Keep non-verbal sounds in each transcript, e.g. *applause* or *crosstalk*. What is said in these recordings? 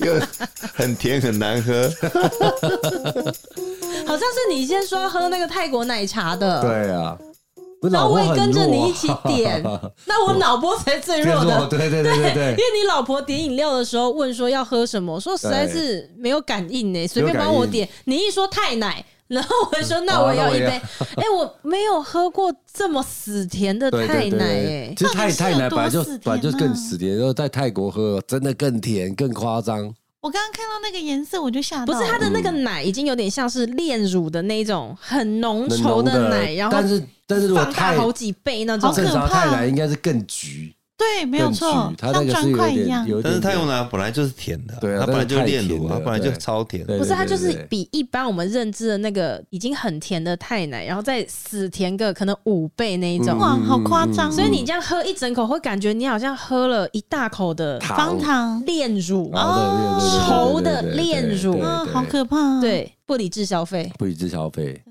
又很甜很难喝。好像是你先说要喝那个泰国奶茶的， *laughs* 对啊，然后我我也老婆很跟着你一起弱啊 *laughs* 点，那我脑波才最弱最弱的。对对对对对因为你老婆点饮料的时候问说要喝什么，我说实在是没有感应呢、随便帮我点。你一说太奶，然后我就说那我也 *laughs* 要一杯。那我也哎、我没没有喝过这么死甜的对太对对奶对哎、其实到泰底是泰有奶多本来就死甜本来就更啊死甜，然后在泰国喝真的更甜更夸张。我刚刚看到那个颜色我就吓到不了，是它的那个奶已经有点像是炼乳的那种很浓很稠浓的奶，然后但是但是如果放大太好几倍那种好可。正常怕太奶应该是更橘，对，没有更错橘，，它那像个是砖有块一点样。有 *laughs* 但点。是太阳奶本来就是甜的啊，对啊它本来就是但是炼太乳甜啊，了它本来就对超甜。对不是，它就是对对对比一般我们认知的那个已经很甜的太奶，然后再死甜个可能五倍那一种。哇，嗯好夸张！所以你这样喝一整口，会感觉你好像喝了一大口的糖方糖，炼乳，嗯哦稠的炼乳嗯，好可怕啊！，对，不理智消费，不理智消费。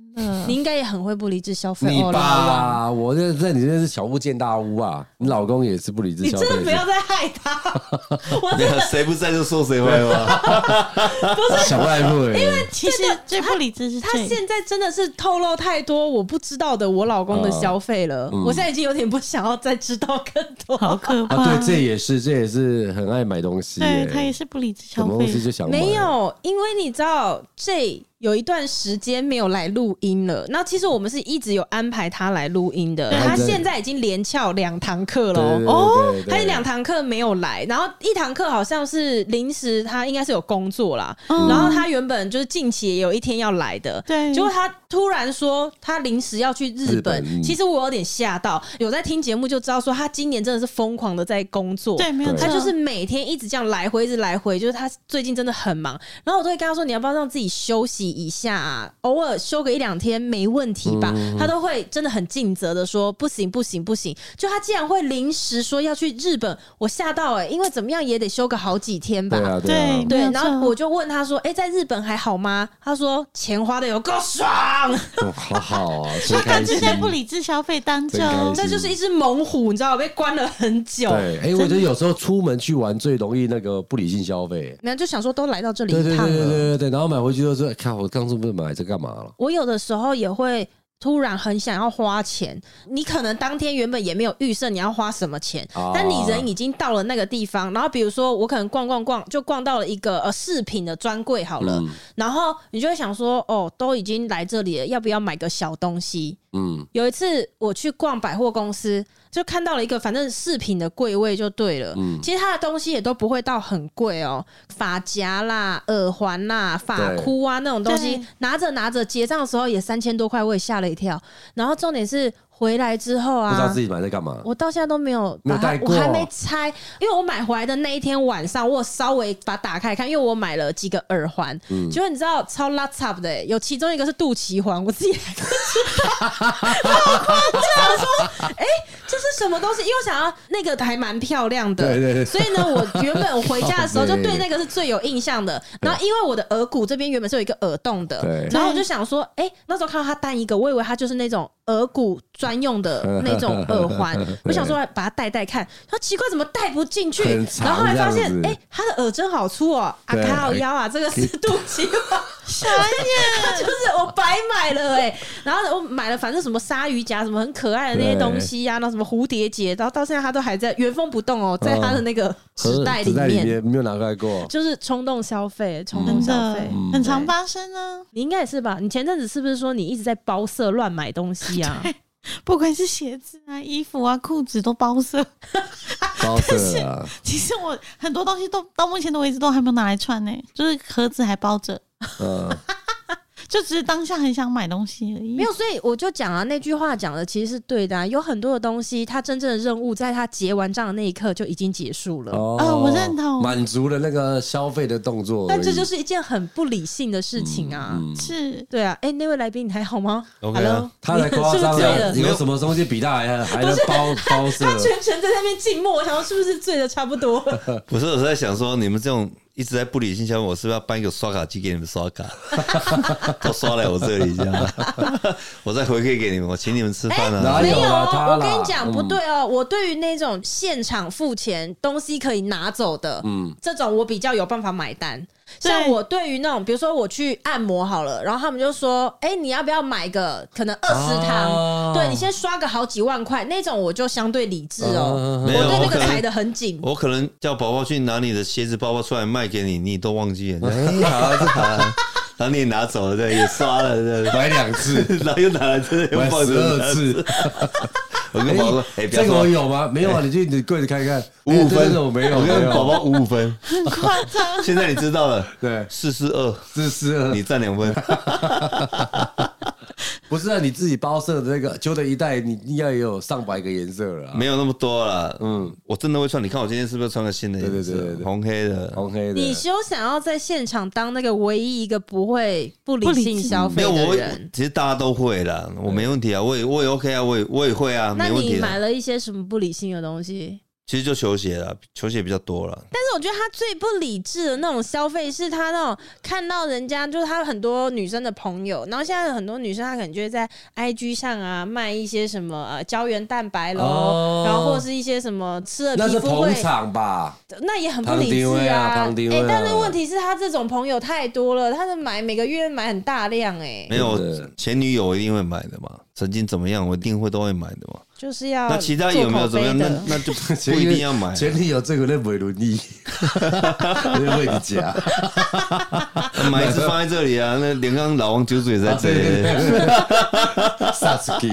你应该也很会不理智消费嗯你哦，老王。爸，我这这你这是小巫见大巫啊！你老公也是不理智你消真费者，的不要再害他， *laughs* 我你真看的 *laughs* 谁不在就说谁坏话， *laughs* 小赖不理，因为其实最不理智是他最现在真的是透露太多我不知道的我老公嗯的消费了，我现在已经有点不想要再知道更好多。可怕。啊，对，这也是这也是很爱买东西耶，对他也是不理智什消么东西费，就想买没有，因为你知道 J 有一段时间没有来录音了，那其实我们是一直有安排他来录音的，对他现在已经连翘两堂课了对哦对对哦对，对还有两堂课没有来，然后一堂课好像是临时他应该是有工作啦，嗯然后他原本就是近期也有一天要来的，对结果他突然说他临时要去日日本本，嗯其实我有点吓到，有在听节目就知道说他今年真的是疯狂的在工作，对，没有错，他就是每天一直这样来回，一直来回，就是他最近真的很忙。然后我都会跟他说，你要不要让自己休息一下、啊，偶尔休个一两天没问题吧？嗯他都会真的很尽责的说，不行不行不行。就他竟然会临时说要去日本，我吓到哎、因为怎么样也得休个好几天吧。对啊对啊对，对没有然后错我就问他说：“哎、在日本还好吗？”他说：“钱花的有够爽。” *laughs* 哦好好啊，真他根开本心。在不理智消费当中真，开心这就是一只猛虎，你知道，被关了很久。对，哎，我觉得有时候出门去玩最容易那个不理性消费，然后就想说，都来到这里对对一对趟对了，对对，然后买回去就是，看我当初不是买这干嘛了？我有的时候也会突然很想要花钱，你可能当天原本也没有预设你要花什么钱，哦但你人已经到了那个地方，然后比如说我可能逛逛逛，就逛到了一个呃饰品的专柜好了，嗯然后你就会想说，哦，都已经来这里了，要不要买个小东西？嗯，有一次我去逛百货公司，就看到了一个反正饰品的柜位就对了。嗯其实它的东西也都不会到很贵哦，发夹啦、耳环啦、发箍啊那种东西对，拿着拿着结账的时候也三千多块，我也吓了一跳。然后重点是回来之后不知道啊自。己买在干嘛。我到现在都没有没把它有戴，过我还没拆，因为我买回来的那一天晚上，我有稍微把它打开看，因为我买了几个耳环，嗯结果你知道超拉差的、欸，有其中一个是肚脐环，我自己还这是什么东西？因为我想要那个还蛮漂亮的，对对对所以呢，我原本回家的 *laughs* 时候就靠背对那个是最有印象的。然后因为我的耳骨这边原本是有一个耳洞的对，然后我就想说，哎、那时候看到它单一个，我以为它就是那种耳骨专用的那种耳 *laughs* 环对，我想说把它戴戴看，说奇怪怎么戴不进去很，长然后后来发现这样，子哎、它的耳针好粗哦，啊对卡好腰啊，这个是肚脐 *laughs* 环。傻眼，就是我白买了哎、然后我买了反正什么鲨鱼夹什么很可爱的那些东西啊呀、然后什么蝴蝶结，然后到现在它都还在原封不动哦，在它的那个纸袋里哦纸袋面，没有拿出来过。就是冲动消费，冲动真消的费。很常发生啊。你应该也是吧？你前阵子是不是说你一直在包色乱买东西 *laughs* 啊？不管是鞋子啊、衣服啊、裤子都包色。包色 *laughs* 啊，其实我很多东西都到目前的为止都还没有拿来穿呢、就是盒子还包着，嗯，就只是当下很想买东西而已。没有，所以我就讲啊，那句话讲的其实是对的、啊。有很多的东西，它真正的任务在它结完账的那一刻就已经结束了。哦啊我认同满足了那个消费的动作而已。但这就是一件很不理性的事情啊！嗯是对啊，哎、那位来宾你还好吗 OK 啊 Hello，他来夸你是不张是醉了 *laughs* 了，？有什么东西比他还还能包包色他？全程在那边静默，我想说是不是醉的差不多？不是我是在想说你们这种。一直在不理性消费，我是不是要办一个刷卡机给你们刷卡？ *laughs* 都刷来我这里这 *laughs* 样，我再回馈给你们，我请你们吃饭啊。哪没有有啦他啦哦，我跟你讲嗯不对哦。我对于那种现场付钱东西可以拿走的，嗯，这种我比较有办法买单。对像我对于那种，比如说我去按摩好了，然后他们就说：“哎、你要不要买个可能二十堂？啊哦对你先刷个好几万块那种，我就相对理智哦。嗯嗯嗯嗯我对那哎没有我可个能踩的很紧。我可能叫宝宝去拿你的鞋子、包包出来卖给你，你都忘记了。哎，好啊，这好啊，然后你也拿走了，对，也刷了，对，买两 *laughs* 次，然后又拿来，真的又买放着十二。次。我跟宝宝说，哎，不要这个我说有吗？没有啊，你去你柜子看一看，五五哎这分，个我没有，我没跟有宝宝五五分。夸 *laughs* 张。现在你知道了，对四四二，是是二你占两分。不是啊，你自己包色的那个九的一代，你应该也有上百个颜色了啊，没有那么多啦，嗯嗯，我真的会穿。你看我今天是不是穿个新的颜色？对对对对对红黑的。红黑的。你休想要在现场当那个唯一一个不会不理不理性性消没费有，我的会人。其实大家都会啦，我没问题啊，我也我也 OK 啊，我也我也会啊，那没问你题买的。了一些什么不理性的东西？其实就球鞋啦，球鞋比较多啦。但是我觉得他最不理智的那种消费，是他那种看到人家就是他很多女生的朋友，然后现在很多女生她可能就会在 IG 上啊卖一些什么呃胶原蛋白喽，哦然后或是一些什么吃了那皮是肤捧会，场吧？那也很不旁理听智会啊哎、旁听会啊但是问题是他这种朋友太多了，他的买每个月买很大量哎、没有真的前女友我一定会买的嘛，曾经怎么样我一定会都会买的嘛。就是要那其他有没有怎么样？啊做那口碑的那就不一定要买啊。 *laughs* 前女友这个那不会轮 *laughs* 你，我就问你讲，买一只放在这里啊，那连刚老王九主也在啊这里， *laughs* 萨斯基，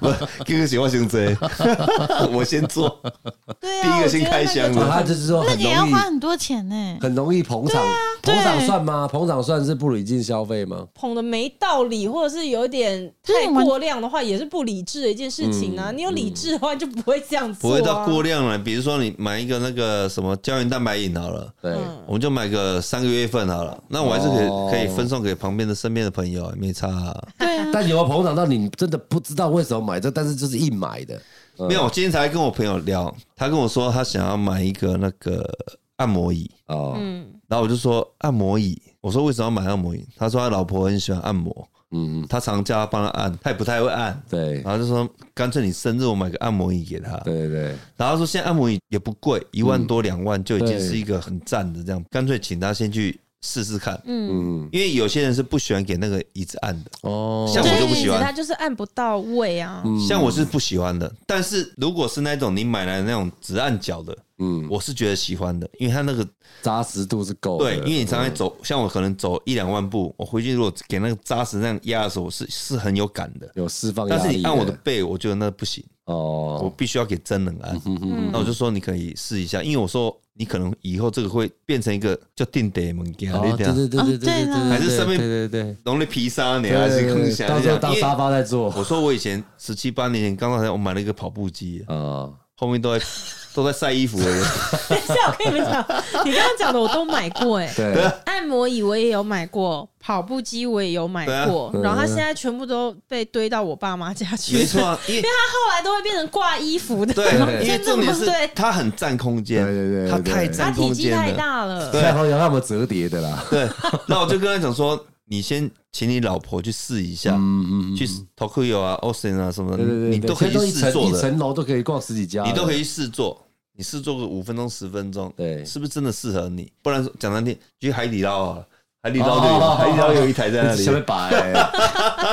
我这个喜欢先追， *laughs* 我先 *laughs* 做，对第啊，一我个觉先得开那箱个的他就是说那很个也要容易花，很多钱 *laughs* 呢，很容易捧场，对捧场算吗？捧场算是不理性消费吗？捧的没道理，或者是有一点就是太我们过量的话，也是不理智的一件事情啊。你有理智的话，就不会这样嗯不做、啊，会到过量了。比如说你买一个那个什么胶原蛋白饮好了。对，嗯我们就买个三个月份好了，那我还是可以、哦可以分送给旁边的身边的朋友，没差、啊。对啊，但有没有捧场到你真的不知道为什么买这，但是就是硬买的，没有，我今天才跟我朋友聊，他跟我说他想要买一个那个按摩椅，哦，然后我就说按摩椅，我说为什么要买按摩椅？他说他老婆很喜欢按摩，嗯，他常叫他帮他按，他也不太会按，对，然后就说干脆你生日我买个按摩椅给他。对对对，然后他说现在按摩椅也不贵，一万多两万就已经对是一个很赞的这样，干脆请他先去试试看，嗯，因为有些人是不喜欢给那个椅子按的。哦，像我就不喜欢嗯他就是按不到位啊。嗯像我是不喜欢的，但是如果是那种你买来的那种只按脚的，嗯，我是觉得喜欢的，因为它那个扎实度是够的，对，因为你常常走，像我可能走一两万步，我回去如果给那个扎实那样压的时候，我是是很有感的。有释放压但力，是你按我的背，我觉得那不行，我哦，必须要给真人按。嗯那我就说你可以试一下，因为我说你可能以后这个会变成一个叫定得门给哦你对这样，对对对对对，还是上面对对对，容易皮沙你还是更想到一时候下。当因沙为发在坐我说我以前十七八年前刚到台湾，我买了一个跑步机，啊。后面都在都在晒衣服 *laughs* 而已。等一下，我跟你们讲，你刚刚讲的我都买过、 *laughs* 哎，对，按摩椅我也有买过，跑步机我也有买过，对啊然后他现在全部都被堆到我爸妈家去，没错啊，因为他后来都会变成挂衣服的， *laughs* 对，啊因为真的重点吗是对它很占空间，对对对对它太他占体空积间太了。大了。对下方有那么折叠的啦，对， *laughs* 那我就跟他讲说，你先请你老婆去试一下，去 Tokyo 啊、Ocean 啊什么的，嗯对对对，你对都可现在以一试层做一的，层楼都可以逛十几家了，你都可以试做。你试做个五分钟、十分钟，对是不是真的适合你？不然讲难听，去海底捞啊，海底捞就有，哦海底捞有一台在那下面 *laughs* 里。摆，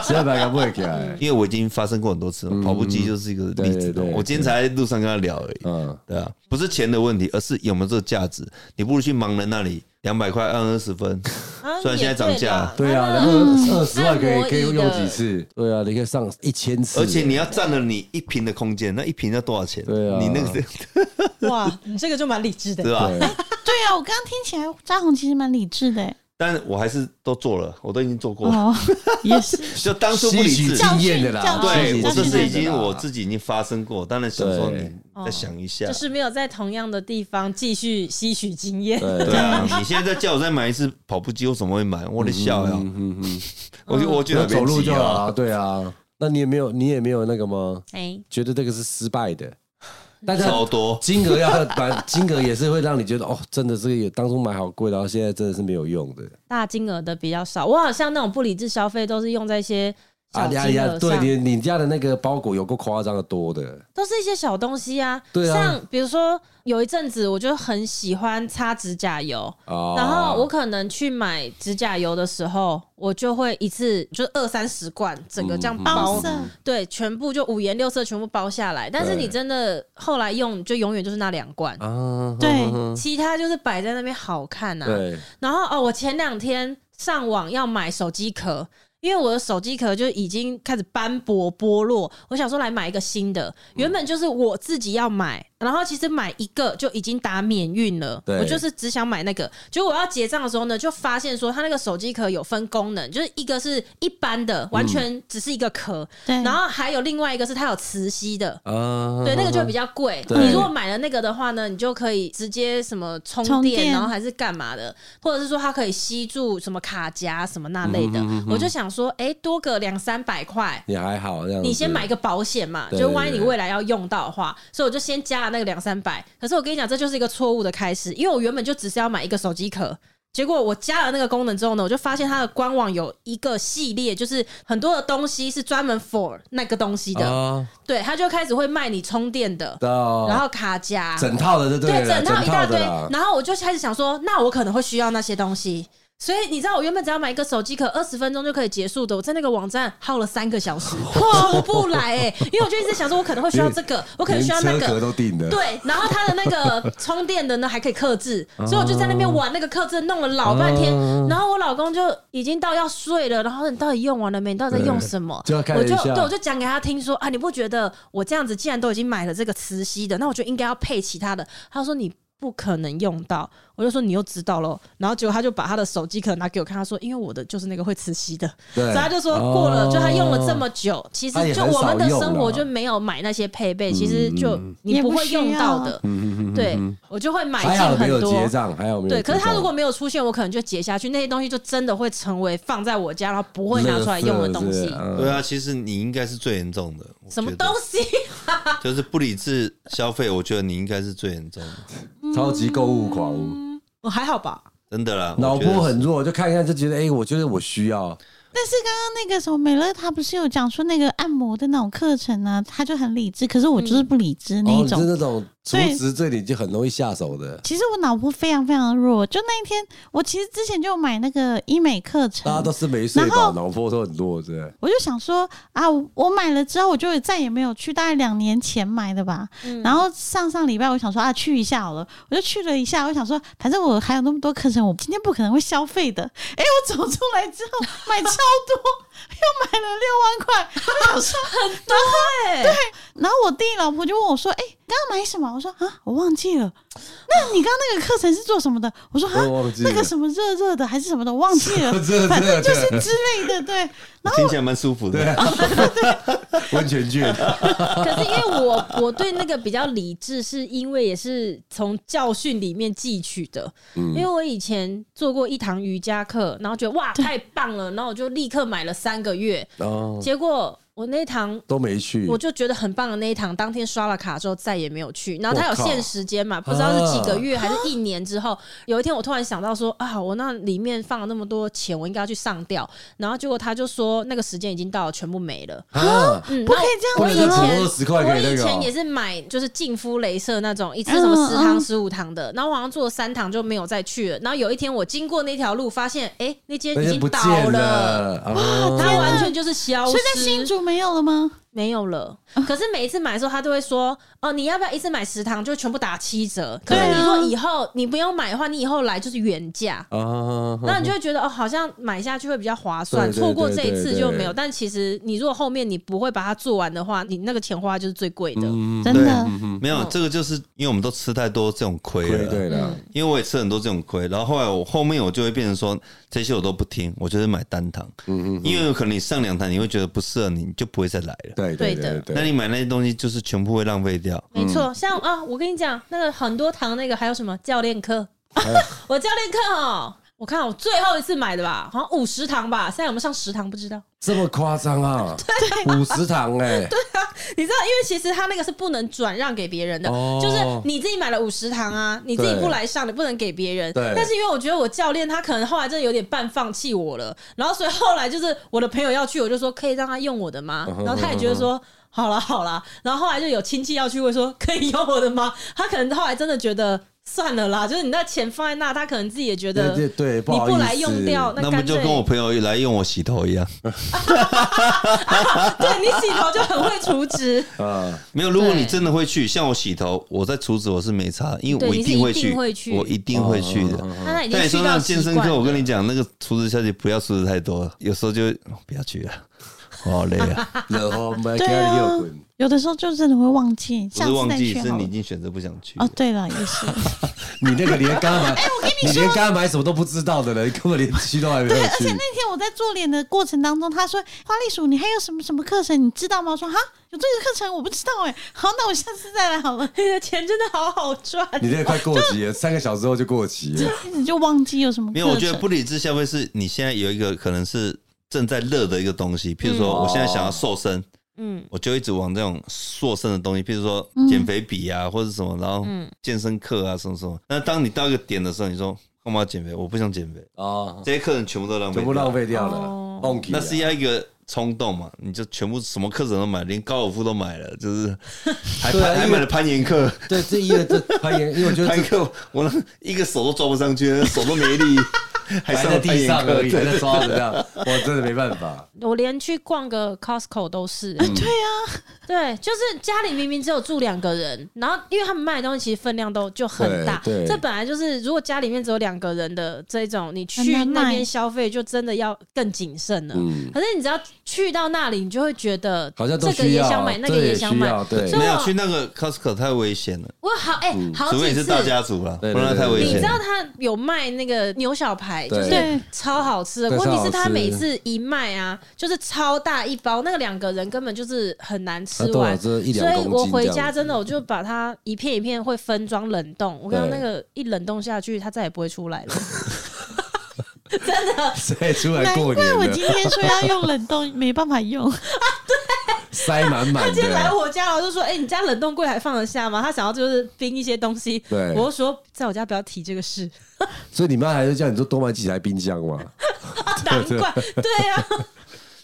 下面摆敢不会起来？因为我已经发生过很多次了，跑步机就是一个例子嗯对对嘛。对我今天才在路上跟他聊而已，嗯，对啊，不是钱的问题，而是有没有这个价值。你不如去盲人那里，两百块按二十分，啊虽然现在涨价也对对啦啊，然后二十万可以可以用几次？对啊，你可以上一千次，而且你要占了你一瓶的空间，那一瓶要多少钱？对啊你那个哇，你这个就蛮理智对的。吧？对对啊，我刚刚听起来扎红其实蛮理智的欸，但我还是都做了，我都已经做过了， *laughs* 哦，也是，就 *laughs* 当初不理吸取智。经验的啦，教对训我教这训是已来经我自自己已经发生过，当然想说对你再想一下就，是没有在同样的地方继续吸取经验，对对啊，你现在再叫我再买一次跑步机，我怎么会买？嗯我的笑呀！我嗯就我觉得走路就好啊了，了，对啊。那你也没有，你也没有那个吗？ *laughs* 哎，觉得这个是失败的，但是超多金额要买， *laughs* 金额也是会让你觉得哦，真的这个也当初买好贵，然后现在真的是没有用的。大金额的比较少。我好像那种不理智消费都是用在一些小金啊呀额呀，对上，你你家的那个包裹有够夸张的多的，都是一些小东西啊。对啊像比如说有一阵子我就很喜欢擦指甲油。哦然后我可能去买指甲油的时候，我就会一次就是二三十罐，整个这嗯样包包，色对，全部就五颜六色全部包下来。但是你对真的后来用，就永远就是那两罐，啊，对其他就是摆在那边好看啊呐、对，然后哦，我前两天上网要买手机壳，因为我的手机壳就已经开始斑驳剥落，我想说来买一个新的。原本就是我自己要买，然后其实买一个就已经打免运了，对我就是只想买那个。结果我要结账的时候呢，就发现说它那个手机壳有分功能，就是一个是一般的，完全只是一个壳，对，然后还有另外一个是它有磁吸的。啊，对，那个就比较贵。对你如果买了那个的话呢，你就可以直接什么充电，充电然后还是干嘛的，或者是说它可以吸住什么卡夹什么嗯那类的。我就想说，哎、多个两三百块。也还好这样子。你先买一个保险嘛，嗯对就万一你未来要用到的话，所以我就先加了那个两三百。可是我跟你讲，这就是一个错误的开始，因为我原本就只是要买一个手机壳，结果我加了那个功能之后呢，我就发现它的官网有一个系列，就是很多的东西是专门 for 那个东西的，啊，对，它就开始会卖你充电的，到然后卡夹，哦整套的就对对，了，整套一大堆的啦。。然后我就开始想说，那我可能会需要那些东西。所以你知道，我原本只要买一个手机壳，二十分钟就可以结束的。我在那个网站耗了三个小 *laughs* 时，出不来哎、因为我就一直想说，我可能会需要这个，我可能需要那连车壳个。都定的，对，然后它的那 *laughs* 个充电的呢还可以克制，哦所以我就在那边玩那个克制，弄了老半天。然后我老公就已经到要睡了，然后你到底用完了没？你到底在用什么？嗯就要看我一就下对，我就讲给他听说啊，你不觉得我这样子，既然都已经买了这个磁吸的，那我就应该要配其他的。他说你不可能用到，我就说你又知道咯。然后结果他就把他的手机壳拿给我看，他说因为我的就是那个会磁吸的，对所以他就说过了，哦就他用了这么久，其实他也就很我们少的用生活啦嗯就没有买那些配备，其实就你也不不会需用到要的，对我就会买还进好没很有多。结账，还好没有结账。对，可是他如果没有出现，我可能就结下去，那些东西就真的会成为放在我家，然后不会拿出来用的东垃圾西是。嗯对啊，其实你应该是最严重的。我什么啊觉得东西？就是不理智消费，我觉得你应该是最严重的，嗯超级购物狂，我还好吧，真的啦。脑我觉得波很弱，就看一看就觉得，哎，我觉得我需要，但是刚刚那个什么美乐，他不是有讲说那个按摩的那种课程呢、他就很理智，可是我就是不理智那哦，一你种。是那种除对职对你就很容易下手的。其实我脑波非常非常弱，就那一天，我其实之前就有买那个医美课程，大家都是没睡然饱，后脑波都很弱，对不对？我就想说啊，我我买了之后，我就再也没有去，大概两年前买的吧。然后上上礼拜我想说啊，去一下好了，我就去了一下。我想说，反正我还有那么多课程，我今天不可能会消费的。 *laughs* 哎、我走出来之后买超多， *laughs* 又买了六万块，我想说 *laughs* 很多哎对，然后我弟老婆就问我说：“哎、刚刚买什么？”我说：“啊，我忘记了。”那你刚刚那个课程是做什么的？我说：“啊我忘，记了，那个什么热热的还是什么的，我忘记了 *laughs* 热热的反正就是之类的。”对，我听起来蛮舒服啊的。温泉券， *laughs* 可是因为我我对那个比较理智，是因为也是从教训里面汲取的。嗯因为我以前做过一堂瑜伽课，然后觉得哇太棒了，然后我就立刻买了三个月。哦，结果我那堂都没去我。就觉得很棒的那一堂，当天刷了卡之后再也没有去。然后它有我靠啊限时间嘛，不知道是几个月还是一年之后。有一天我突然想到说啊，我那里面放了那么多钱，我应该要去上吊。然后结果他就说那个时间已经到了，全部没了。啊，嗯，不可以然后这样子我以吗前20块给我那以个哦前也是买就是净肤镭射那种，一次什么十堂嗯嗯十五堂的，然后我好像做了三堂就没有再去了。然后有一天我经过那条路，发现哎、那间那已些经不倒见了，了，啊哇，它完全就是消失。所以在新竹没有了吗？没有了。可是每一次买的时候，他都会说：“哦，你要不要一次买十堂，就全部打七折？”可是对啊你说以后你不用买的话，你以后来就是原价。啊，那你就会觉得哦，好像买下去会比较划算，对对错过这一对次对就没有。对但其实你如果后面你不会把它做完的话，你那个钱花就是最贵的。嗯真对的，没哦有，这个就是因为我们都吃太多这种亏对了。对了，因为我也吃很多这种亏，然后后来我后面我就会变成说这些我都不听，我就是买单堂，嗯嗯，因为有可能你上两堂你会觉得不适合你，你就不会再来了。对对对的对那你对，买那些东西就是全部会浪费掉。没错，像哎 *laughs* 啊，我跟你讲，那个很多堂那个还有什么教练课，我教练课哦，我看我最后一次买的吧，好像五十堂吧，现在有没有上十堂不知道。这么夸张啊？五十堂哎，你知道，因为其实他那个是不能转让给别人的，哦就是你自己买了五十堂啊，你自己对不来上，你不能给别人。对但是因为我觉得我教练他可能后来真的有点半放弃我了，然后所以后来就是我的朋友要去，我就说可以让他用我的吗？嗯哼然后他也觉得说。好了好了，然后后来就有亲戚要去问说可以用我的吗？他可能后来真的觉得算了啦，就是你那钱放在那，他可能自己也觉得对对对不你好意思不来用掉，那不干就脆跟我朋友来用我洗头一样？对你洗头就很会 *laughs* 除脂，啊，没有，如果对你真的会去，像我洗头，我在厨子我是没差，因为对我你是定会一去定，会去我一定会去的。那他已经但你去说到那习健身惯课，我了跟你讲，那个厨子小姐不要素质太多了，有时候就哦不要去了，我好累啊！然后我们给对他啊六滚，，有的时候就真的会忘记，不下是次忘再记，去是好你已了。经选择不想去哦，。对了，也 *laughs* 是，你那个连刚刚买，你连刚刚买什么都不知道的人，根本连去都还没有而去。且那天我在做脸的过程当中，他说花栗鼠，你还有什么什么课程你知道吗？我说哈，有这个课程我不知道哎、好，那我下次再来好了。 *laughs* 你的钱真的好好赚。你这个快过期了，三个小时后就过期了。一直就忘记有什么课没程。有，我觉得不理智消费是你现在有一个可能是正在热的一个东西，譬如嗯说我现在想要瘦身，嗯，我就一直往这种塑身的东西，譬如说嗯减肥笔啊，或者什么，然后健身课啊，什么什么。那当你到一个点的时候，你说干嘛要减肥？我不想减肥，哦啊，这些课程全部都浪费，全部浪。费掉哦了，忘记了那是要一个冲动嘛？你就全部什么课程都买，连高尔夫都买了，就是还对啊攀还因为买了攀岩课，对这一个这攀岩，因为我觉得攀这课我那一个手都抓不上去，手都没 *laughs* 力，还还上在了攀地岩上课而已，还在抓着这样，我真的没办法。我连去逛个 Costco 都是、嗯对啊， *laughs* 对，就是家里明明只有住两个人，然后因为他们卖的东西其实分量都就很大，对对这本来就是如果家里面只有两个人的这种，你去很难那买边消费就真的要更谨慎了。嗯可是你只要去到那里，你就会觉得好像都这个需也要想买，那个这也也想需买要，对嗯所以没有我去那个 Costco 太危险了，我好哎、好除非几你是次大家族了，不对对然对太危对险。你知道他有卖那个牛小排，就对是对超好吃的。对问超题好是，他吃每次一卖啊，就是超大一包，那个两个人根本就是很难吃啊对啊完。这一两所以公我斤回这样家子真的，我就把它一片一片会分装冷冻。我刚刚那对个一冷冻下去，它再也不会出来了。 *laughs* 谁出来啊难过怪年我了今，天说要用冷冻，没办法用。塞满满今天来的。我家，我就说：“哎、你家冷冻柜还放得下吗？”他想要就是冰一些东西，对我就说在我家不要提这个 *laughs* 事。所以你妈还是叫你说多买几台冰箱嘛？难怪，对 *laughs* 啊，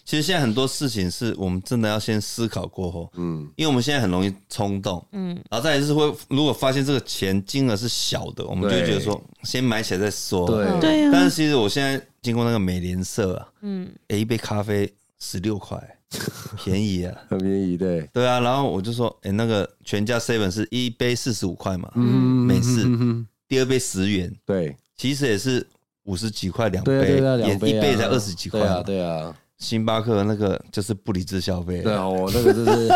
其实现在很多事情是我们真的要先思考过后，嗯，因为我们现在很容易冲动，嗯，然后再来是会，如果发现这个钱金额是小的，我们就会对觉得说先买起来再说，对对啊，但是其实我现在经过那个美联社啊，嗯，一杯咖啡十六 *laughs* 块，便宜啊，很便宜，对，对啊，然后我就说，哎、那个全家 seven 是一杯四十五块嘛，嗯美式，第二杯十元，对，其实也是五十几块两对啊，杯，对啊，也两杯啊一杯才二十几块对啊，对啊，星巴克那个就是不理智消费，对啊，我那个真 *laughs* 是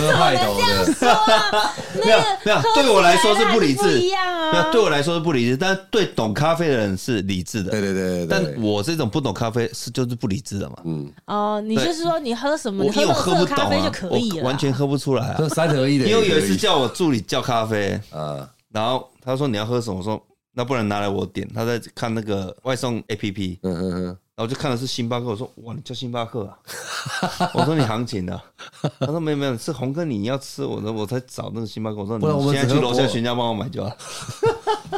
喝坏头的，没有没有，对我来说是不理 *laughs* 喝起来还智是不一，样没有啊。对我来说是不理智，但对懂咖啡的人是理智对的。对对对但对，我这种不懂咖啡是就是不理智的嘛，嗯哦，你对就是说你喝什么，我你因为我到喝色不咖懂啡啊就，可以我了，完全喝不出来啊喝。三合一的也因可以。为有一次叫我助理叫咖啡，啊，然后他说你要喝什么，我说那不然拿来我点。他在看那个外送 APP，嗯哼 *laughs* 哼，然后就看的是星巴克，我说哇，你叫星巴克啊？ *laughs* 我说你行情啊？他说没有没有，是红哥你要吃，我说我才找那个星巴克，我说不然我你们现在只去喝楼下过全家帮我买就好，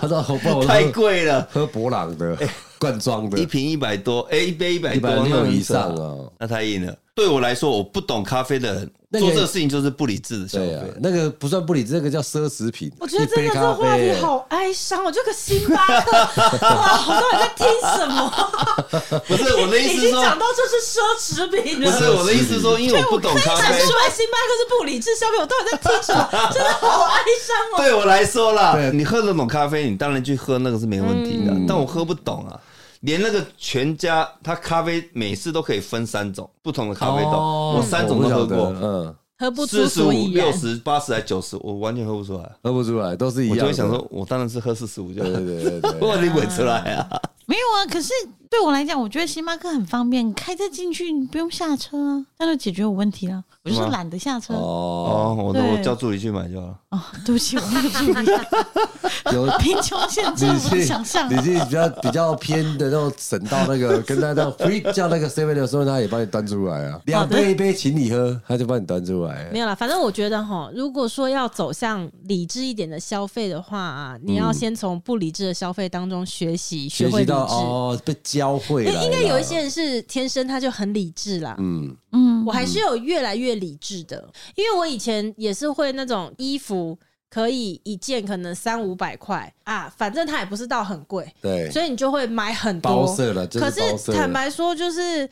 他说好不好？我太喝贵了，喝博 *laughs* 朗的罐装的一，瓶一百多，哎，一杯一百一多，百那六很以少上，啊。那太硬了。对我来说，我不懂咖啡的人那做个这个事情就是不理智的消对啊费，。那个不算不理智，那个叫奢侈品。我觉得一真杯的咖这话题啡好哀伤，我这个星 *laughs* 巴克，哇，好多人在听什么？不是我的意已 *laughs* 思是经说讲，到这是奢侈品不了。是我的意思是说，因为我不懂咖想啡，出来星巴克是不理智消费，我到底在听什么？真的好哀 *laughs* 伤哦。对我来说啦，对你喝得懂咖啡，你当然去喝那个是没问题的，但我喝不懂啊。连那个全家，它咖啡每次都可以分三种不同的咖啡豆，哦我三种都喝我不晓过，得嗯，喝不出四十所五、以然六。十、八十还九十，我完全喝不出来。喝不出来，都是一我 *laughs* 样的。 *laughs* 就会想说，我当然是喝四十五就好，对，对对对对，我你鬼出来啊！没有啊。可是对我来讲，我觉得星巴克很方便，开车进去你不用下车啊，那就解决我问题了。我就是是吗懒得下车。哦，哦， *laughs* 哦，我都对我叫助理去买就好了。对不起，我没有注意。有贫穷 *laughs* 限制你我是的 *laughs* 想象。你是比较比较偏的那种省到那个， *laughs* 跟他那种呸叫那个 seven 的时候，他也帮你端出来啊，两杯一杯请你喝，他就帮你端出来没。有啦，反正我觉得哈，如果说要走向理智一点的消费的话、啊你嗯要先从不理智的消费当中学习，学会学习理智。到哦，被教会因了。哎为应该有一些人是天生他就很理智啦，嗯，嗯我，还是有越来越理智的，因为我以前也是会那种衣服可以一件可能三五百块啊，反正它也不是到很贵，对，所以你就会买很包多。色了，真可的包色是了坦白说，就是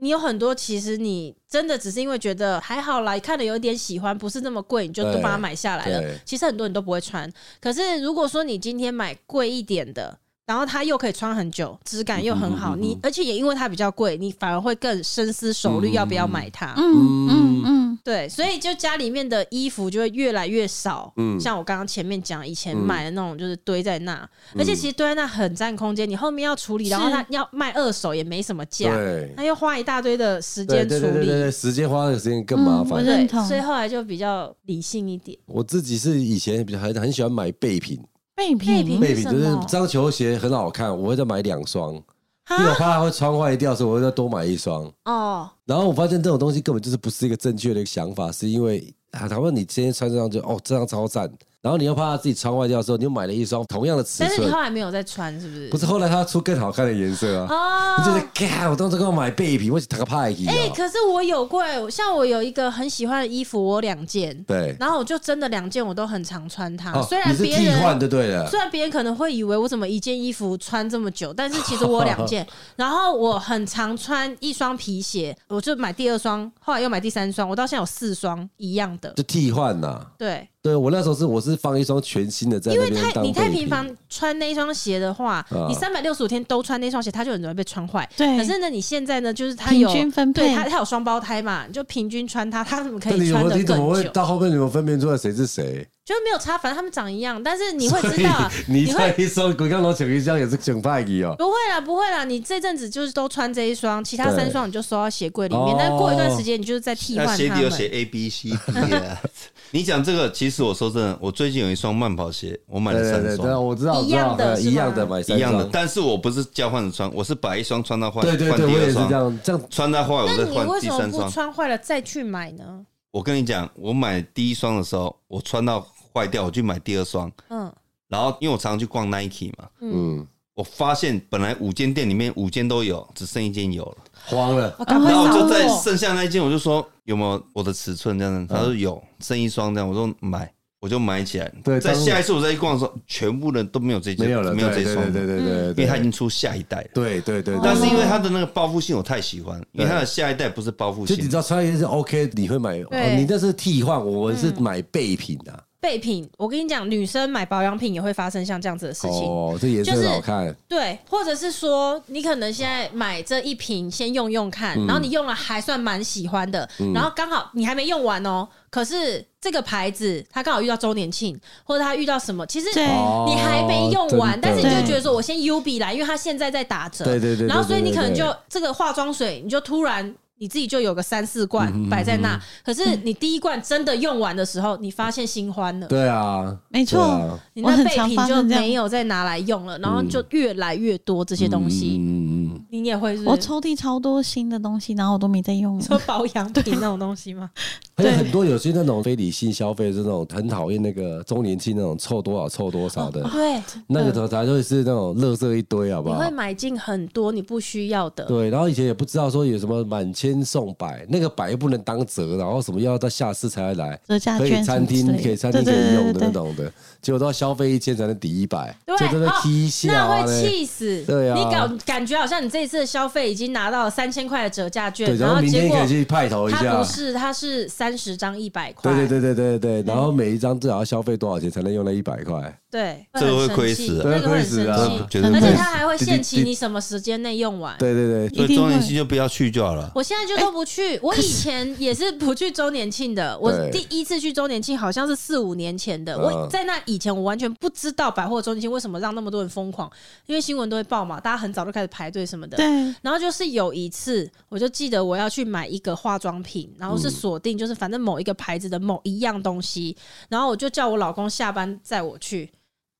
你有很多，其实你真的只是因为觉得还好啦，看了有点喜欢，不是那么贵，你就都对把它买下来了对。其实很多人都不会穿，可是如果说你今天买贵一点的。然后它又可以穿很久，质感又很嗯好，你而且也因为它比较贵，你反而会更深思熟虑要不嗯要买它。嗯嗯嗯，对，所以就家里面的衣服就会越来越少。嗯像我刚刚前面讲，以前买的那种就是堆在那，嗯而且其实堆在那很占空间，你后面要处理，然后是它要卖二手也没什么价，对，那又花一大堆的时对间处对对对对理。对，时间花的时间更麻我烦嗯。认同所以后来就比较理性一点。我自己是以前比较很很喜欢买备品，备备品品备品就是为什么啊这双球鞋很好看，我会再买两双，因为我怕它会穿坏掉，所以我会再多买一双。哦，然后我发现这种东西根本就是不是一个正确的一个想法，是因为啊，他问你今天穿这双就哦这双超赞，然后你又怕他自己穿坏掉的时候，你又买了一双同样的尺但是你寸后，来没有再穿，是不是？不是后来他出更好看的颜色啊，哦，你就是干，我当时给我买备品，我是他个派去啊哎、，可是我有过、欸，像我有一个很喜欢的衣服，我有两件，对，然后我就真的两件我都很常穿它，哦虽然你是别替人换就对了，虽然别人可能会以为我怎么一件衣服穿这么久，但是其实我有两 *laughs* 件，然后我很常穿一双皮鞋，我就买第二双，后来又买第三双，我到现在有四双一样的就。替换呐。对，对我那时候是我是放一双全新的在因那为边太当你太备品频繁穿那一双鞋的话，啊你三百六十五天都穿那双鞋，它就很容易被穿坏。对可是呢，你现在呢，就是它平有均分对配它，它有双胞胎嘛，你就平均穿它，它怎么可那以你怎穿么的你怎么更会久？到后面你们分辨出来谁是谁？就是没有差，反正他们长一样，但是你会知道啊， *laughs* 你你会在一双鬼刚龙抢一双也是抢派去哦。不会啦，不会啦，你这阵子就是都穿这一双，其他对三双你就收到鞋柜里面哦。但过一段时间，你就是在替换那鞋它底有写们。 A B C D 啊。 *laughs* 你讲这个，其实我说真的，我最近有一双慢跑鞋，我买了对三对对对，双，我知道，一样的我知道是吗一样的买三一样的双，但是我不是交换着穿，我是把一双穿到坏，对对换对，第我也二是这双，样，这样穿到坏我那再你换为第什么三不双。穿坏了再去买呢？我跟你讲，我买第一双的时候，我穿到坏掉，我去买第二双，嗯，然后因为我常常去逛 Nike 嘛，嗯，我发现本来五间店里面五间都有，只剩一间有了。慌了，我赶快然哦后我扫就在货。剩下那一件，我就说有没有我的尺寸这样嗯子，他说有，剩一双这样，我说买，我就买起来。对在当然下一次我再去逛的时候，全部人都没有这件，没有嗯了，没有这对一双对，对对对因为对，他已经出下一代了。对对哦对，但是因为他的那个报复性我太喜欢，因为他的下一代不是报复就你性知，道穿一是 OK，你会买，哦对嗯你那是替换，我们是买备品啊。备品，我跟你讲，女生买保养品也会发生像这样子的事情。哦，这颜色就是很好看，对，或者是说，你可能现在买这一瓶先用用看，嗯然后你用了还算蛮喜欢的，然后刚好你还没用完哦，可是这个牌子它刚好遇到周年庆，或者它遇到什么，其实对哦你还没用完，真的但是你就会对觉得说，我先 U B 来，因为它现在在打折，对对对对然后所以你可能对对就这个化妆水，你就突然。你自己就有个三四罐嗯摆在那，可是你第一罐真的用完的时候，你发现新欢了，对啊，没对错啊，你我那很备常品发就生这没样。有再拿来用了，然后就越来越多这些东西，嗯嗯嗯，你也会是我抽屉超多新的东西，然后我都没在用了。 *laughs* 说保养品那种东西 *laughs* 吗？还有很多有些那种非理性消费，是那种很讨厌那个周年庆那种凑多少凑多少的，对，那个头才就是那种垃圾一堆，好不你好会？买进很多你不需要的，对，然后以前也不知道说有什么满千送百，那个百又不能当折，然后什么要到下次才会来，折价可以券什餐么之类厅的可以餐厅可对对以对用的对那对种的，结果都要消费一千才能抵一百，对，就真的哦踢笑那啊会嘞。气死。对啊你感感觉好像你这一次的消费已经拿到了三千块的折价对，券，然后明结天果可以去派头一它下不。是，嗯它是三十张一百块。对对对对对对，然后每一张最好要消费多少钱才能用那一百块？对，这个会很亏生气死啊那对个会会很死生啊气，绝对而亏且死它还会滴滴限期滴你什么时间内用完。对对对，所一以定周年会庆就不要去就好了。我现在就都不去。我以前也是不去周年庆的。我哎对第一次去周年庆好像是四五年前的。嗯我在那以前，我完全不知道百货周年庆为什么让那么多人疯狂，因为新闻都会报嘛，大家很早就开始排队什么的。对，然后就是有一次，我就记得我要去买一个化妆品，然嗯后是锁定就是反正某一个牌子的某一样东西，然后我就叫我老公下班载我去。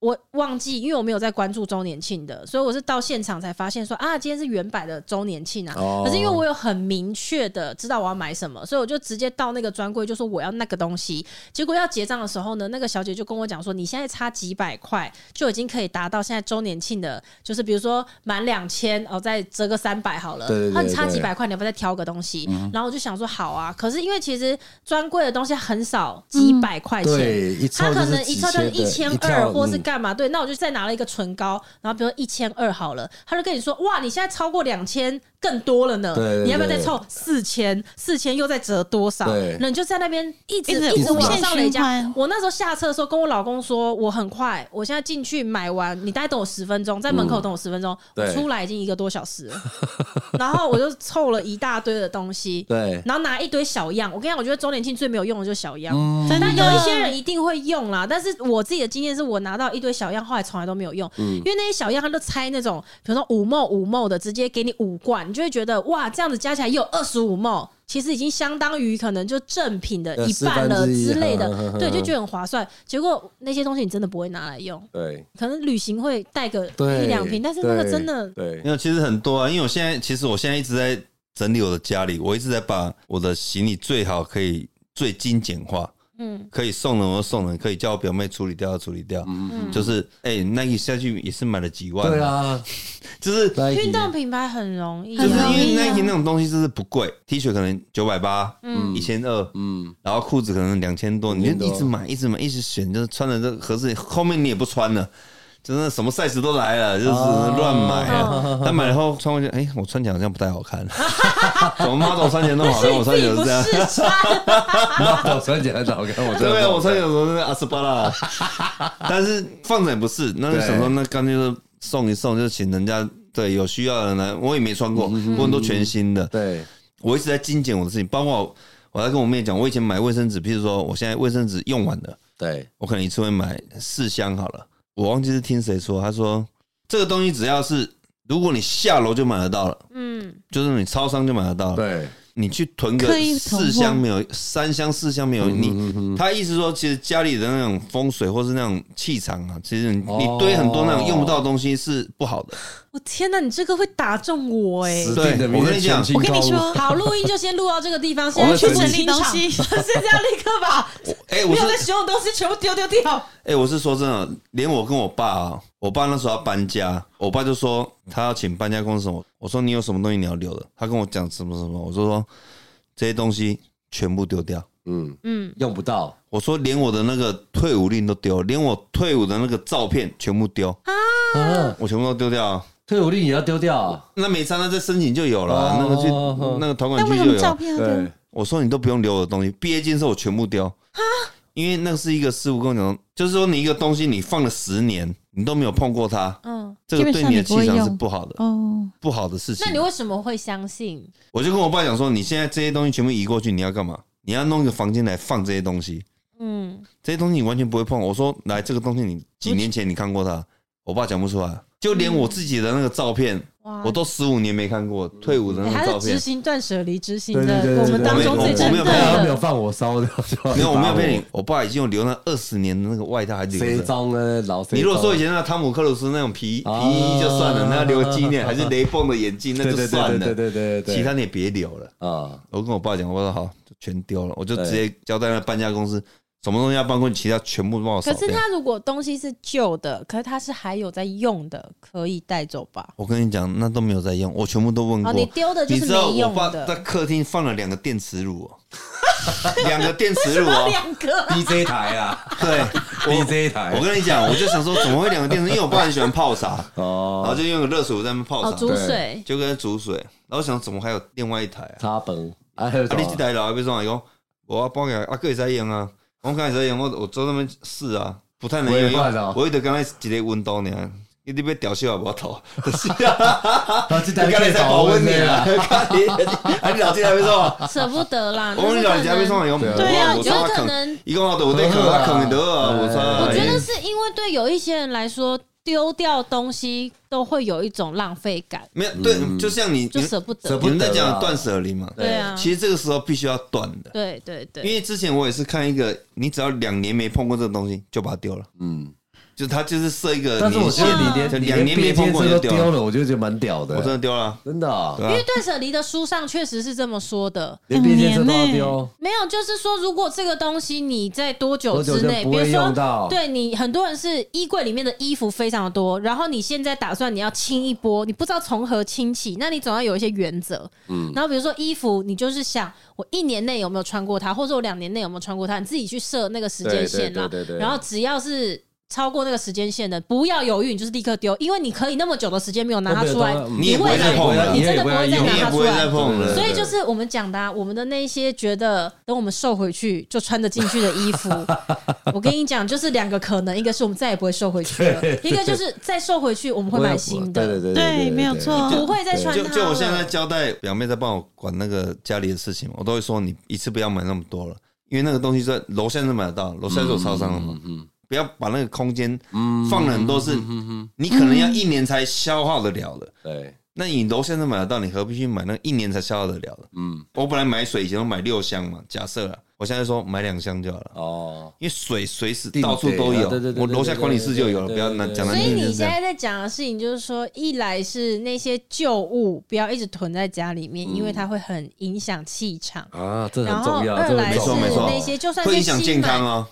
我忘记，因为我没有在关注周年庆的，所以我是到现场才发现说啊，今天是原版的周年庆啊。哦可是因为我有很明确的知道我要买什么，所以我就直接到那个专柜就说我要那个东西。结果要结账的时候呢，那个小姐就跟我讲说，你现在差几百块就已经可以达到现在周年庆的，就是比如说满两千哦，再折个三百好了。对对对那你差几对嗯百块，你要不要再挑个东西？然后我就想说好啊，可是因为其实专柜的东西很少几百块钱，哦嗯对一他凑可就是能一几凑就是千一的千一二，跳或是嗯干嘛？对，那我就再拿了一个唇膏，然后比如一千二好了，他就跟你说，哇，你现在超过两千更多了呢，对对对你要不要再凑四千？四千又再折多少对？那你就在那边一直一直一直无往限上累循加环。我那时候下车的时候，跟我老公说，我很快，我现在进去买完，你大概等我十分钟，在门口等我十分钟，我嗯对出来已经一个多小时了，然后我就凑了一大堆的东西， *laughs* 对然后拿一堆小样。我跟你讲，我觉得周年庆最没有用的就是小样。真的但有一些啊人一定会用啦，但是我自己的经验是我拿到一堆小样，后来从来都没有用，因为那些小样他都拆那种，比如说五毛五毛的，直接给你五罐，你就会觉得哇，这样子加起来也有二十五毛，其实已经相当于可能就正品的呃一半了四分之一之类呵呵的，呵对，就觉得很划算。结果那些东西你真的不会拿来用，对可能旅行会带个对一两瓶，但是那个真的对没有，其实很多啊，因为我现在其实我现在一直在整理我的家里，我一直在把我的行李最好可以最精简化，嗯可以送人我就送人，可以叫我表妹处理掉就处理掉，嗯，就是哎、那 Nike 下去也是买了几万，对，啊，就是运动品牌很容易，就是很容因 *laughs* 易为啊 Nike 那种东西就是不贵，T 恤可能九百八，嗯一千二。嗯，然后裤子可能两千多，你就一直买，一直买，一直选，就是穿的这合适，后面你也不穿了，真的什么 size 都来了，就是乱买 *laughs* 啊。但买了后穿过去，哎，我穿起来好像不太好 *laughs* 看，怎么 model 穿起来那么 *laughs* 好看，我穿起来是这样。我穿起来很好看，我对啊，我穿起起来都是阿斯巴 *laughs* 拉，但是放着也不是，那就想说那干脆就送一送，就请人家对有需要的人来，我也没穿过，不过都全新的，对我一直在精简我的事情，包括我我在跟我妹讲，我以前买卫生纸，譬如说我现在卫生纸用完了，对我可能一次会买四箱好了。我忘记是听谁说，他说这个东西只要是如果你下楼就买得到了，嗯，就是你超商就买得到了，对，你去囤个刻意囤货四箱没有，三箱四箱没有，嗯你他意思说，其实家里的那种风水或是那种气场啊，其实你哦你堆很多那种用不到的东西是不好的。我天哪，你这个会打中我哎，死定的明天全新我跟你高说度，好，录音就先录到这 *laughs* 个地方，现我在们去整整理理场东 *laughs* 西 *laughs* 现在要立刻把哎、 *laughs* 我没有是在使用的东西全部丢丢掉。哎、我是说真的，连我跟我爸啊，我爸那时候要搬家，我爸就说他要请搬家公司，我我说你有什么东西你要留的，他跟我讲什么什么，我就说这些东西全部丢掉。嗯，嗯，用不到，我说连我的那个退伍令都丢，连我退伍的那个照片全部丢，啊，我全部都丢掉、啊。退伍令也要丢掉啊，那没差，那再申请就有了啊、哦那个去哦那个团 *laughs* 管那局为什就么照有。片要丢？对，我说你都不用留我的东西，毕业纪念册我全部丢因为那是一个师傅跟我讲，就是说你一个东西你放了十年，你都没有碰过它，嗯，这个对你的气基本场上是你不不好的，哦，不好的事情那。你为什么会相信？我就跟我爸讲说，你现在这些东西全部移过去，你要干嘛？你要弄一个房间来放这些东西，嗯，这些东西你完全不会碰。我说，来，这个东西你几年前你看过它，我爸讲不出来，就连我自己的那个照片，哇我都十五年没看过退伍的欸那他个照是执片。行断舍离执行对对对的，对我们当中最我真没有正没有他没有的。放我烧掉，没有，我没有骗你，我爸已经有留那二十年的那个外套还留谁着。脏呢？啊老谁？你如果说以前那个汤姆克鲁斯那种皮啊皮衣就算了，那要留纪念，还是雷梦的眼镜那对就对算对了，对对对对，其他你也别留了。啊，我跟我爸讲，我说好，就全丢了，我就直接交代那搬家公司，什么东西要搬过去，其他全部帮我扫可是掉。他如果东西是旧的，可是他是还有在用的，可以带走吧？我跟你讲，那都没有在用，我全部都问过。哦，你丢的就你是知道没我用爸在的，客厅放了两个电磁炉、哦， *laughs* 两个电磁炉哦， *laughs* 两个 DJ 台 *laughs* 啊对，我我，DJ 台，跟你讲，我就想说怎么会两个电磁，因为我爸很喜欢泡茶， *laughs* 然后哦，就用个热水壶在那边泡哦，茶，煮水就跟他煮水，然后想怎么还有另外一台啊？插本，啊，还有啊，你这台老的要创？伊讲，我啊，帮个啊，个会使用啊。我讲会使用，我我做那边试啊，不太能不会用办哦。我有得刚才一个温度呢，你你要调小也无头，就是啊他这刚才在保温你啦，看你， *laughs* 啊你老弟还没说嘛？舍不得啦。 *laughs* 我们老弟还没说嘛，有对啊我有说可他能嗯坑，，一共好多我得坑他坑的啊，我对我觉说得是因为对有一些人来说，丢掉东西都会有一种浪费感，没有对，就像你就舍不你得们。你们在讲断舍离嘛，对啊，其实这个时候必须要断的，对对因对，为之前我也是看一个，你只要两年没碰过这个东西，就把它丢了。嗯，就他就是设一个年限，但是我觉得你连就你两连年没碰过这你都就丢了，了，我就觉得蛮屌我真的，的丢了，真的啊，对因啊为，断舍离的书上确实是这么说的。连便签车都要丢。没有，就是说，如果这个东西你在多久之多久内，就不比会如用到说，对你很多人是衣柜里面的衣服非常的多，然后你现在打算你要清一波，你不知道从何清起，那你总要有一些原则。嗯，然后比如说衣服，你就是想我一年内有没有穿过它，或者我两年内有没有穿过它，你自己去设那个时间线啦。对对对对对然后只要是超过那个时间线的，不要犹豫，你就是立刻丢，因为你可以那么久的时间没有拿它出来都没有，动你也不会再碰了你真的不会再你拿也它不出会来再。碰了。所以就是我们讲的、啊，我们的那一些觉得等我们瘦回去就穿得进去的衣 *laughs* 服，我跟你讲，就是两个可能，一个是我们再也不会瘦回去了，一个就是再瘦回去我们会买新对的，对对对，没有。错。不会再穿它就了。就我现在交代表妹在帮我管那个家里的事情，我都会说你一次不要买那么多了，因为那个东西在楼下就买得到，楼下就有超商了嗯嘛。不要把那个空间放了很多是，嗯你可能要一年才消耗得了的。对，那你楼下就买得到，你何必去买那个一年才消耗得了的？嗯，我本来买水以前都买六箱嘛，假设啊，我现在说买两箱就好了。哦，因为水随时定到处都点有啊对对对，对我楼下管理室就有了，对对不要对难对讲难所以听你就是这现样。在在讲的事情，就是说，一来是那些旧物不要一直囤在家里面，因为它会很影响气场。啊，嗯这然很后重要，二这来很是重要没错那些就算会是影响健新买康哦。哦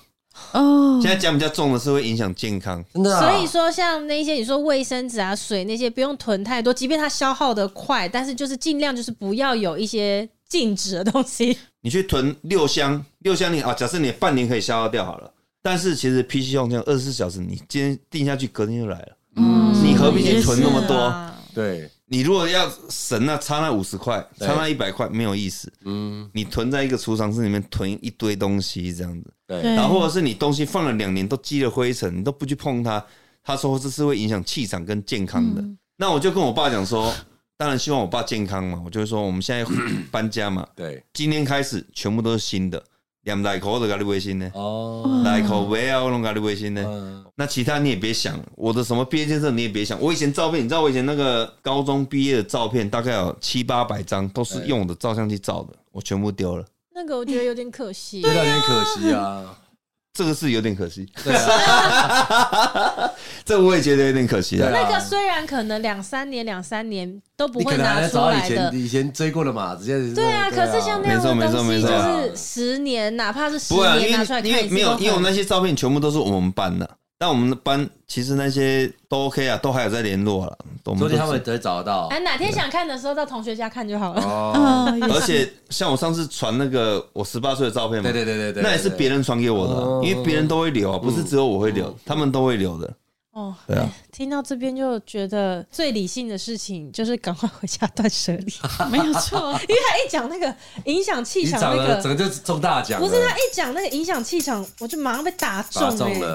嗯现，在讲比较重的是会影响健康，真的啊，所以说，像那些你说卫生纸啊、水那些，不用囤太多，即便它消耗的快，但是就是尽量就是不要有一些禁止的东西。你去囤六箱，六箱你啊，假设你半年可以消耗掉好了，但是其实 PC 用这样二十四小时，你今天定下去，隔天就来了。嗯你何必去囤那么多也是啊对，你如果要省那差那五十块，对差那一百块没有意思。嗯，你囤在一个储藏室里面囤一堆东西这样子，对嗯对，然后或者是你东西放了两年都积了灰尘，你都不去碰它，他说这是会影响气场跟健康的。那我就跟我爸讲说，当然希望我爸健康嘛，我就会说我们现在搬家嘛，对，今天开始全部都是新的，两百口的咖喱微信呢，哦，来口维啊，弄咖喱微信哦呢。嗯，那其他你也别想，我的什么毕业见证你也别想。我以前照片，你知道我以前那个高中毕业的照片，大概有七八百张，都是用我的照相机照的，我全部丢了。那个我觉得有点可惜。这有点可惜啊，这个是有点可惜，对啊， *laughs* 这我也觉得有点可惜对啊。那啊个，虽然可能两三年、两三年都不你可会能还拿在出找以来前的。以前追过的马子，现在对啊，可是像那样没的错东没西，错就没错是十年，哪怕是十不会、啊，因年拿出来为因看为一次没有都，因为我很那些照片全部都是我们班的，但我们的班其实那些都 OK 啊，都还有在联络了。我昨们天都他们才找得到哎，哪天想看的时候到同学家看就好了。哦，哦，也而是且像我上次传那个我十八岁的照片嘛，对对对对对，那也是别人传给我的哦嗯啊，因为别人都会留啊，不是只有我会留，他们都会留的。哦，对啊，听到这边就觉得最理性的事情就是赶快回家断舍离。哦没有错，因为他一讲那个影响气你场长那了，整个，个就中大奖了，不是他一讲那个影响气场，我就马上被打中打哎、中了，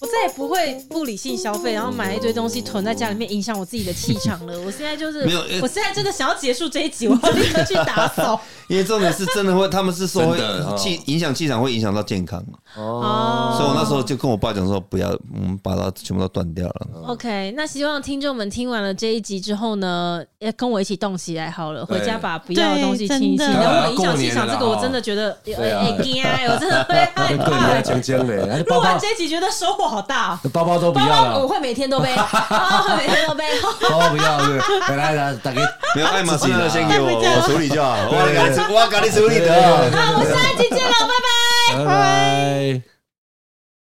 我再也不会不理性消费，然后买一堆东西囤在家里面，影响我自己的气场了。我现在就是没有呃我现在真的想要结束这一集，我要立刻去打 *laughs* 扫。因为重点是真的会，他们是说会真的哦气影响气场，会影响到健康嘛。所以我哦那时候就跟我爸讲说，不要，我们把它全部都断掉了。 ，OK，那希望听众们听完了这一集之后呢，也跟我一起动起来好了，对回家把不要的东西清一清。对真的然后影响过气场年了这啦个，我真的觉得有对啊哎惊哎，我真的会害 *laughs* 对，啊你还怕。强强嘞，还是录包完包这一集觉得收获好大哦。包包都不包要包我了，会每天都背，包包会每天都背。包包不要了，来来来，大家没有爱马仕的先给我，自己拿我处理就好。对我给你处，我给你处理的。好，我们下一集见了，拜拜拜。拜。